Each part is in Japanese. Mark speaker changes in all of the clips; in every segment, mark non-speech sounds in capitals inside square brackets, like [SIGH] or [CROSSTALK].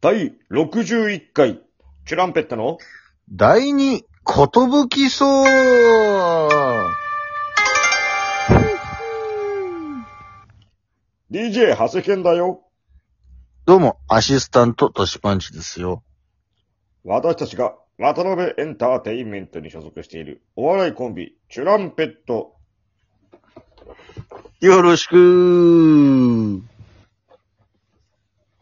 Speaker 1: 第61回、チュランペットの、
Speaker 2: 第二、ことぶきそう。
Speaker 1: DJ 長谷健だよ。
Speaker 2: どうも、アシスタント、としパンチですよ。
Speaker 1: 私たちが、渡辺エンターテインメントに所属している、お笑いコンビ、チュランペット。
Speaker 2: よろしくー。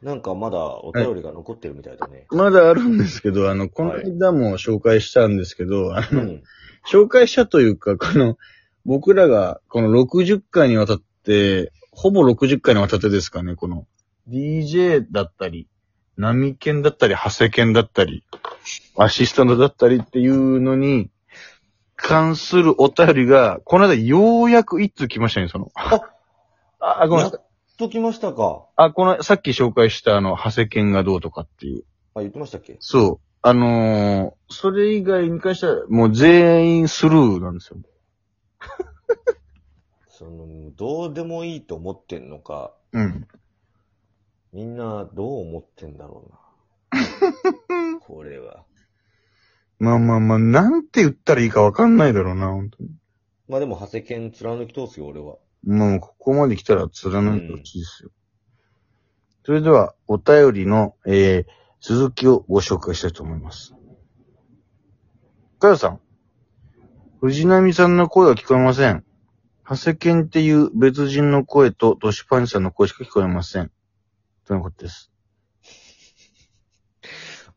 Speaker 1: なんかまだお便りが残ってるみたいだね。
Speaker 2: まだあるんですけど、あの、この間も紹介したんですけど、あ
Speaker 1: う
Speaker 2: の、
Speaker 1: ん。
Speaker 2: 紹介したというか、この、僕らが、この60回にわたって、ほぼ60回にわたってですかね、この、DJ だったり、波剣だったり、長谷剣だったり、アシスタントだったりっていうのに、関するお便りが、この間ようやく一通来ましたね、その。あ、あごめん
Speaker 1: や。っときましたか。
Speaker 2: あ、この、さっき紹介したあの、長谷剣がどうとかっていう。
Speaker 1: あ、言ってましたっけ
Speaker 2: そう。あのー、それ以外に関しては、もう全員スルーなんですよ。
Speaker 1: その、どうでもいいと思ってんのか、
Speaker 2: うん。
Speaker 1: みんなどう思ってんだろうな。これは。
Speaker 2: まあまあまあ、なんて言ったらいいかわかんないだろうな、本当に。
Speaker 1: まあでも、長谷健貫き通すよ、俺は。
Speaker 2: もうここまで来たら貫いてほしいですよ。それでは、お便りの、えー、続きをご紹介したいと思います。かよさん。藤波さんの声は聞こえません。長谷健っていう別人の声と、ドシパンチさんの声しか聞こえません。とのことです。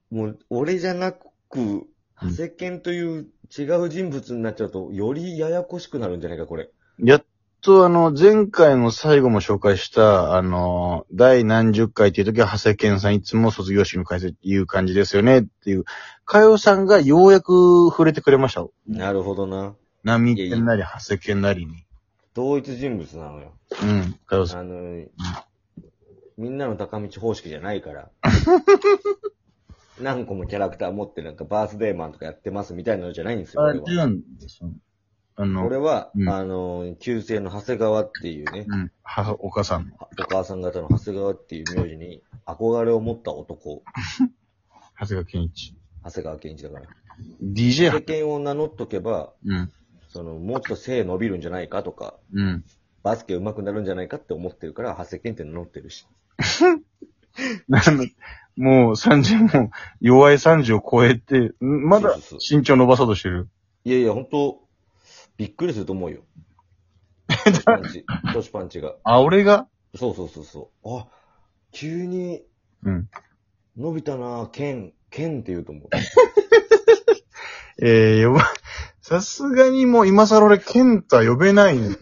Speaker 1: もう、俺じゃなく、長谷健という違う人物になっちゃうと、よりややこしくなるんじゃないか、これ。
Speaker 2: やっとあの、前回の最後も紹介した、あの、第何十回っていう時は、長谷健さんいつも卒業式の解説っていう感じですよねっていう、かよさんがようやく触れてくれました。
Speaker 1: なるほどな。
Speaker 2: 波健なり、長谷健なりに。
Speaker 1: 同一人物なのよ。
Speaker 2: うん、かよさん。
Speaker 1: あの、みんなの高道方式じゃない
Speaker 2: [LAUGHS]
Speaker 1: から。何個もキャラクター持ってなんかバースデーマンとかやってますみたいなのじゃないんですよ、
Speaker 2: あ
Speaker 1: 俺
Speaker 2: れ
Speaker 1: は。
Speaker 2: なんですよ。あの、
Speaker 1: 俺は、
Speaker 2: うん
Speaker 1: あの、旧姓の長谷川っていうね、
Speaker 2: うん、母、お母さんの。
Speaker 1: お母さん方の長谷川っていう名字に憧れを持った男、
Speaker 2: 長谷川健一。
Speaker 1: 長谷川健一だから。長
Speaker 2: DJ
Speaker 1: 谷、健を名乗っとけば、
Speaker 2: うん、
Speaker 1: その、もうちょっと背伸びるんじゃないかとか、
Speaker 2: うん。 [LAUGHS]
Speaker 1: バスケ上手くなるんじゃないかって思ってるから、長谷健って名乗ってるし。
Speaker 2: なんでもう30も、弱い30を超えて、んまだ
Speaker 1: そうそう
Speaker 2: 身長伸ばそうとしてる。
Speaker 1: いやいや、本当びっくりすると思うよ。トシパン [LAUGHS] チ、トシパンチが。
Speaker 2: あ、俺が
Speaker 1: そうそうそうそう。あ、急に
Speaker 2: うん。
Speaker 1: 伸びたな健、健って言うと思う。
Speaker 2: えー、呼ば、 [LAUGHS] さすがにもう今更俺、ケンタ呼べないんで。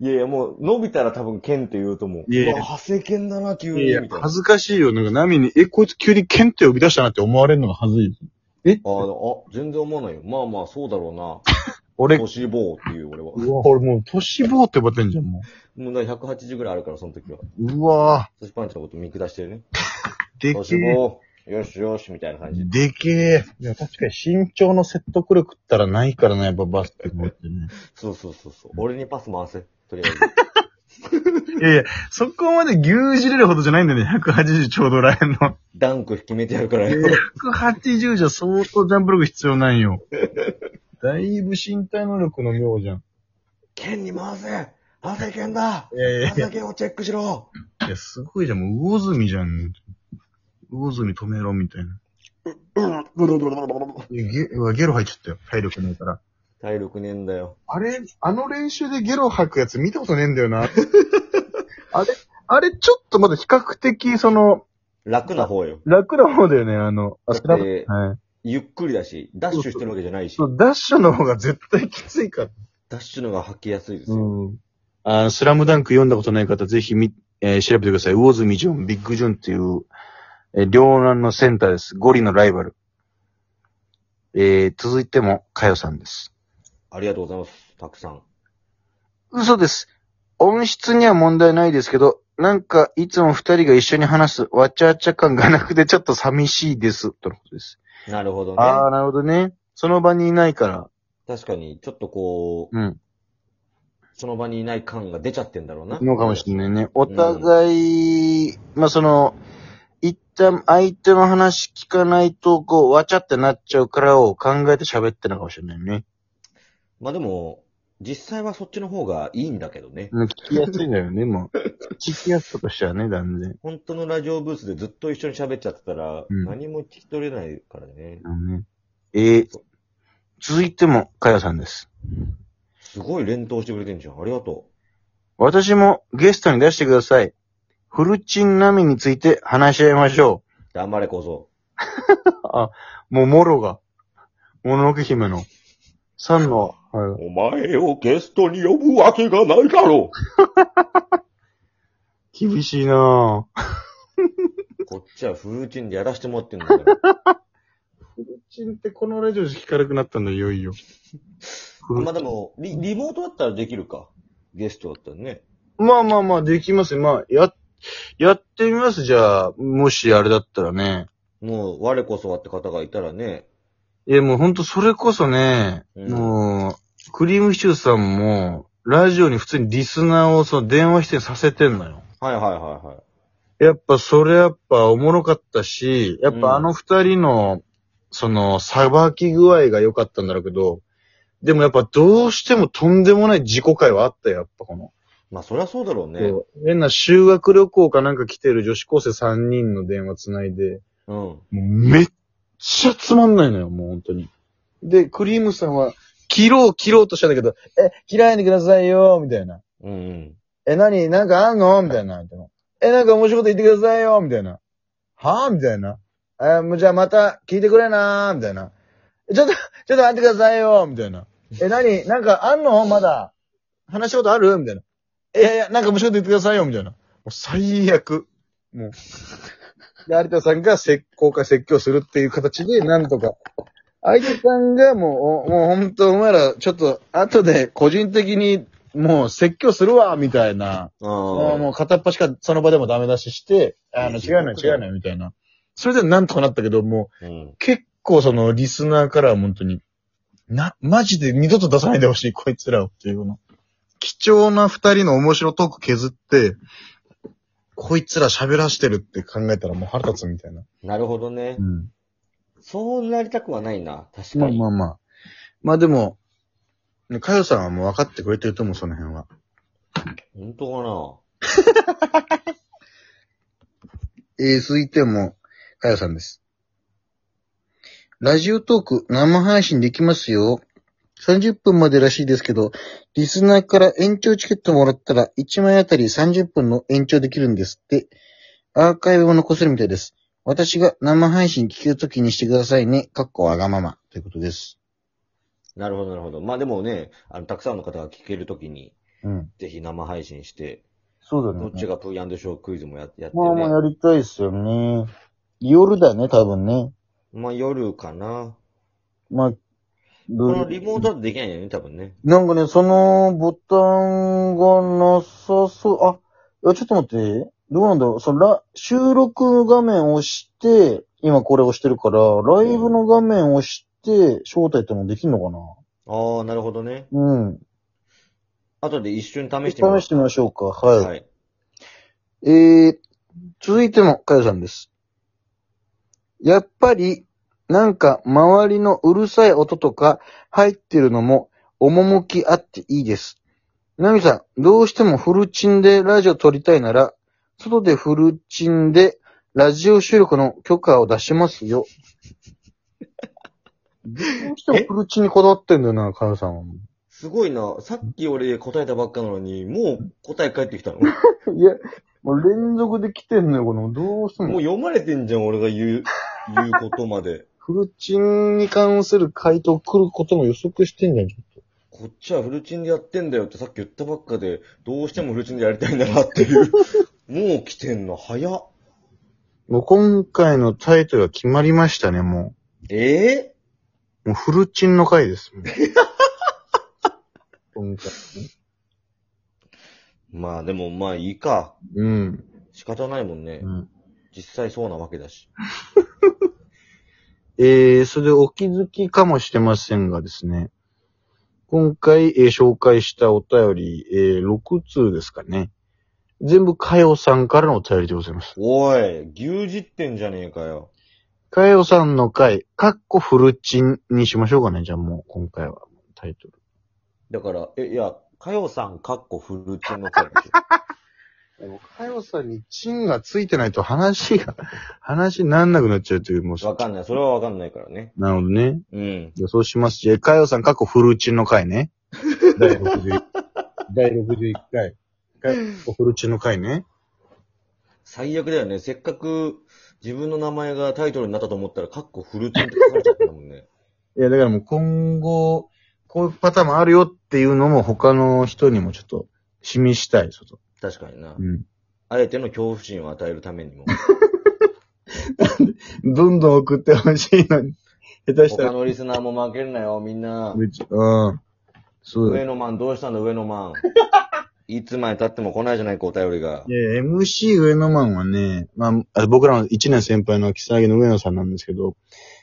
Speaker 1: いやいや、もう、伸びたら多分、剣って言うと思う。
Speaker 2: いやいや
Speaker 1: うわ長谷剣だな、急
Speaker 2: い
Speaker 1: に、
Speaker 2: や
Speaker 1: みたいな。あ
Speaker 2: 恥ずかしいよ。なんか、ナミに、え、こいつ急にケンって呼び出したなって思われるのが恥ずい。え
Speaker 1: あ、全然思わないよ。まあまあ、そうだろう
Speaker 2: 俺、
Speaker 1: な。
Speaker 2: うわ、
Speaker 1: 腰棒っていう、俺は。も
Speaker 2: 俺もう、年棒って呼ばれてんじゃん、も
Speaker 1: う、だから180ぐらいあるから、その時は。
Speaker 2: う。うわ
Speaker 1: 寿司パンチのこと見下してるね。
Speaker 2: ぁ、でけ
Speaker 1: 腰
Speaker 2: え。
Speaker 1: 棒、よしよし、みたいな感じ。
Speaker 2: でけえ。いや、確かに身長の説得力ったらないからな、やっぱバスケットボールってね。
Speaker 1: そうそうそう。そう俺にパス回せ。と
Speaker 2: [LAUGHS]
Speaker 1: りあえず。
Speaker 2: いやいや、そこまで牛耳れるほどじゃないんだよね、180ちょうどらへんの。
Speaker 1: ダンク決めてやるからよ。
Speaker 2: 180じゃ相当ジャンプ力必要ないよ。 [LAUGHS] だいぶ身体能力の妙じゃん。
Speaker 1: 剣に回せ長谷剣だ
Speaker 2: いやいやいや
Speaker 1: 長谷剣をチェックしろ
Speaker 2: いや、すごいじゃん。もう、魚住じゃん。魚住止めろ、みたいな。
Speaker 1: うんブルブルブルブルブル
Speaker 2: いやゲうわゲロ吐いちゃったよ。体力ないから。
Speaker 1: 体力ねえんだよ。
Speaker 2: あれ、あの練習でゲロ吐くやつ見たことねえんだよ [LAUGHS] な。あれ、あれ、ちょっとまだ比較的、その、
Speaker 1: 楽な方よ。
Speaker 2: 楽な方だよね、あの、あ、
Speaker 1: だって
Speaker 2: スラブはい。
Speaker 1: ゆっくりだし、ダッシュしてるわけじゃないし
Speaker 2: そ、うダッシュの方が絶対きついから。
Speaker 1: ダッシュのが吐きやすいですよ。
Speaker 2: うん。あスラムダンク読んだことない方、ぜひみ、えー調べてください。魚住ジョン、ビッグジョンっていう、えー、両南のセンターです。ゴリのライバル。えー、続いても、かよさんです。
Speaker 1: ありがとうございます。たくさん。
Speaker 2: 嘘です。音質には問題ないですけど、なんか、いつも二人が一緒に話す、わちゃわちゃ感がなくて、ちょっと寂しいです。とのことです。
Speaker 1: なるほどね。
Speaker 2: あー、なるほどね。その場にいないから。
Speaker 1: 確かに、ちょっとこう、
Speaker 2: うん。
Speaker 1: その場にいない感が出ちゃってんだろうな。
Speaker 2: のかもしれないね。お
Speaker 1: ん
Speaker 2: 互い、まあ、その、一旦相手の話聞かないと、こう、わちゃってなっちゃうからを考えて喋ってるのかもしれないね。
Speaker 1: まあでも、実際はそっちの方がいいんだけどね。
Speaker 2: もう聞きやすいんだよね、もう。 [LAUGHS] 聞きやすさとしてはね、断然。
Speaker 1: 本当のラジオブースでずっと一緒に喋っちゃってたら、
Speaker 2: うん
Speaker 1: 何も聞き取れないからね。
Speaker 2: あのねえー続いても、かやさんです。
Speaker 1: すごい連投してくれてんじゃん。ありがと
Speaker 2: 私もゲストに出してください。フルチン並みについて話し合いましょ
Speaker 1: う。頑張れ小僧。
Speaker 2: う。あ、もうモロが、もののけ姫の、さんの、はい
Speaker 1: お前をゲストに呼ぶわけがないだろ
Speaker 2: 厳しいなぁ。
Speaker 1: うこっちはフルチンでやらしてもらってんだ [LAUGHS] から。
Speaker 2: フルチンってこのラジオしか聞かなくなったんだよ、いよいよ。
Speaker 1: まあでもリ、リモートだったらできるか。ゲストだったらね。
Speaker 2: まあまあまあ、できますよ。まあ、や、やってみます、じゃあ。もしあれだったらね。
Speaker 1: もう、我こそはって方がいたらね。
Speaker 2: いや、もうほんとそれこそね、
Speaker 1: うん
Speaker 2: もう、クリームシチューさんも、ラジオに普通にリスナーをその電話出演させてんのよ。
Speaker 1: はいはいはいはい。
Speaker 2: やっぱそれやっぱおもろかったし、やっ
Speaker 1: うん
Speaker 2: ぱあの二人の、その、さばき具合が良かったんだろうけど、でもやっぱどうしてもとんでもない自己会はあったよ、やっぱこの。
Speaker 1: まあそりゃそうだろうね。
Speaker 2: そう変な修学旅行かなんか来てる女子高生3人の電話つないで、
Speaker 1: うん。
Speaker 2: もうめっちゃつまんないのよ、もう本当に。で、クリームさんは、切ろう切ろうとしたんだけど、え、切らないでくださいよ、みたいな。
Speaker 1: うんうん。
Speaker 2: え、何なんかあんのみたいな。みたいなえ、なんか面白いこと言ってくださいよ、みたいな。はぁみたいな。え、もうじゃあまた聞いてくれなみたいな。ちょっと、ちょっと待ってくださいよ、みたいな。え、何なんかあんのまだ。話したことあるみたいな。いやいや、なんか面白いこと言ってくださいよ、みたいな。もう最悪。もう。で、有田さんが説公開説教するっていう形で、なんとか。相手さんがもう、おもう本当お前ら、ちょっと、後で個人的に、もう説教するわ、みたいな。ああ
Speaker 1: あ
Speaker 2: もう片っ端からその場でもダメ出しして、あの、違うのよ違うのよみたいな。それでなんとかなったけど、もう
Speaker 1: あ。うん。
Speaker 2: 結構そのリスナーからは本当に、な、マジで二度と出さないでほしい、こいつらをっていうの。貴重な二人の面白トーク削って、こいつら喋らしてるって考えたらもう腹立つみたいな。
Speaker 1: なるほどね
Speaker 2: う。ん。
Speaker 1: そうなりたくはないな。確
Speaker 2: ま
Speaker 1: か
Speaker 2: あ
Speaker 1: に。
Speaker 2: まあまあ。まあでも、ねかよさんはもう分かってくれてると思う、その辺は。
Speaker 1: 本当
Speaker 2: えー、続いても、かやさんです。ラジオトーク生配信できますよ。30分までらしいですけど、リスナーから延長チケットもらったら1枚あたり30分の延長できるんですって、アーカイブも残せるみたいです。私が生配信聞けるときにしてくださいね。かっこわがまま。ということです。
Speaker 1: なの。なるほど、なるほど。まあでもね、あの、たくさんの方が聞けるときに、
Speaker 2: うん。
Speaker 1: ぜひ生配信して、
Speaker 2: そう
Speaker 1: どっちがプーヤンドショークイズもややって
Speaker 2: まあまあ
Speaker 1: ね。
Speaker 2: やりたいですよね。夜だね、多分ね。
Speaker 1: まあ夜かな。
Speaker 2: まあ、
Speaker 1: このリモートだとできないよね、多分ね。
Speaker 2: なんかね、そのボタンがなさそう。あ、いやちょっと待って。どうなんだろう。そのラ、収録画面を押して、今これ押してるから、ライブの画面を押して、招待ってのもできんのか
Speaker 1: ああ、なるほどね。
Speaker 2: なうん。
Speaker 1: 後で一瞬試
Speaker 2: 試
Speaker 1: してみよう。
Speaker 2: してみましょうか。はい。
Speaker 1: はい。
Speaker 2: えー、続いても、かよさんです。やっぱり、なんか、周りのうるさい音とか入ってるのも、趣あっていいです。ナミさん、どうしてもフルチンでラジオ撮りたいなら、外でフルチンでラジオ収録の許可を出します [LAUGHS] よ。どうしてもフルチンにこだわってんだよな、かよさんは。
Speaker 1: すごいな。さっき俺答えたばっかなのに、もう答え返ってき
Speaker 2: [LAUGHS]
Speaker 1: たの。
Speaker 2: いや、もう連続で来てんのよ、この、どうして
Speaker 1: もう読まれてんじゃん、俺が言う、言うことまで。
Speaker 2: フルチンに関する回答来ることも予測してんじゃん、ちょっ
Speaker 1: こっちはフルチンでやってんだよってさっき言ったばっかで、どうしてもフルチンでやりたいんだなって
Speaker 2: [LAUGHS]
Speaker 1: いう。もう来てんの早っ。
Speaker 2: と。もう今回のタイトルが決まりましたね、も
Speaker 1: ええ
Speaker 2: う。もうフルチンの回 [LAUGHS] です。もう今回。
Speaker 1: まあでもまあいいか。
Speaker 2: うん。
Speaker 1: 仕方ないもんね
Speaker 2: う。ん、
Speaker 1: 実際そうなわけだし。
Speaker 2: えー、それでお気づきかもしれませんがですね。今回、えー紹介したお便り、えー6通ですかね。全部かよさんからのお便りでございます。
Speaker 1: おい、牛耳ってんじゃねえかよ。
Speaker 2: かよさんの回、かっこフルチンにしましょうかね。じゃあもう、今回は、タイトル。
Speaker 1: だから、え、いや、かよさんかっこフルチンの回でしょ。
Speaker 2: かよさんにチンがついてないと話が、話になんなくなっちゃうという、もう、 [LAUGHS]
Speaker 1: わかんない。それはわかんないからね。
Speaker 2: なるほどね。
Speaker 1: うん。
Speaker 2: じゃあそうします。じゃあ、かよさん、過去フルチンの回 [LAUGHS] ね。第61第61回。過去フルチンの回ね。
Speaker 1: 最悪だよね。せっかく自分の名前がタイトルになったと思ったら、かっこフルチンって書かれちゃったもんね。
Speaker 2: いや、だからもう今後、こういうパターンもあるよっていうのも他の人にもちょっと示したい、ちょっと。
Speaker 1: 確かにな
Speaker 2: う。ん。
Speaker 1: あえての恐怖心を与えるためにも。
Speaker 2: どんどん送ってほしいのに。下手した
Speaker 1: 他
Speaker 2: ら。
Speaker 1: のリスナーも負けるなよ、みんな。
Speaker 2: めっちゃうん。そうだ
Speaker 1: 上
Speaker 2: よ。
Speaker 1: 野マン、どうしたんだ、上野
Speaker 2: [LAUGHS]
Speaker 1: マン。いつまで経っても来ないじゃないか、お便りが
Speaker 2: い。や MC 上野マンはね、まあ、あ僕らの1年先輩の木更木の上野さんなんですけど、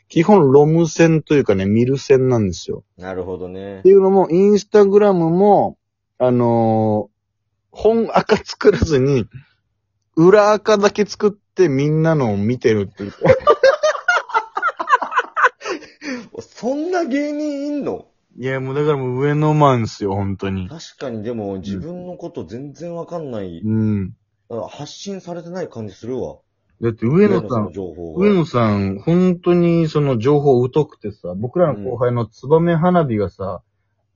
Speaker 2: 基本ロム線というかね、ミル線なんですよ。
Speaker 1: なるほどね
Speaker 2: って。いうのも、インスタグラムも、あのー本赤作らずに、裏赤だけ作ってみんなのを見てるっていう。
Speaker 1: そんな芸人いんの
Speaker 2: いや、もうだからもう上のマンっすよ、本当に。
Speaker 1: 確かにでも自分のこと全然わかんない、
Speaker 2: うん。
Speaker 1: あ発信されてない感じするわ。
Speaker 2: だって上野さ
Speaker 1: さん
Speaker 2: ん
Speaker 1: の、情報が。
Speaker 2: 上野さん、本当にその情報疎くてさ、僕らの後輩のツバメ花火がさ、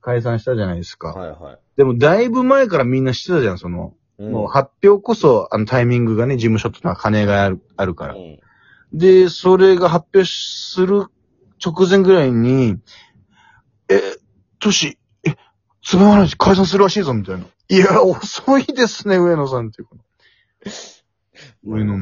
Speaker 2: 解散したじゃないですか。
Speaker 1: はいはい。
Speaker 2: でもだいぶ前からみんな知ってたじゃん、その。
Speaker 1: うん
Speaker 2: もう発表こそ、あのタイミングがね、事務所との金があるあるから
Speaker 1: う。ん
Speaker 2: で、それが発表する直前ぐらいに、え、トシ、え、つまらないし解散するらしいぞ、みたいな。いや、遅いですね、上野さんっていう。上野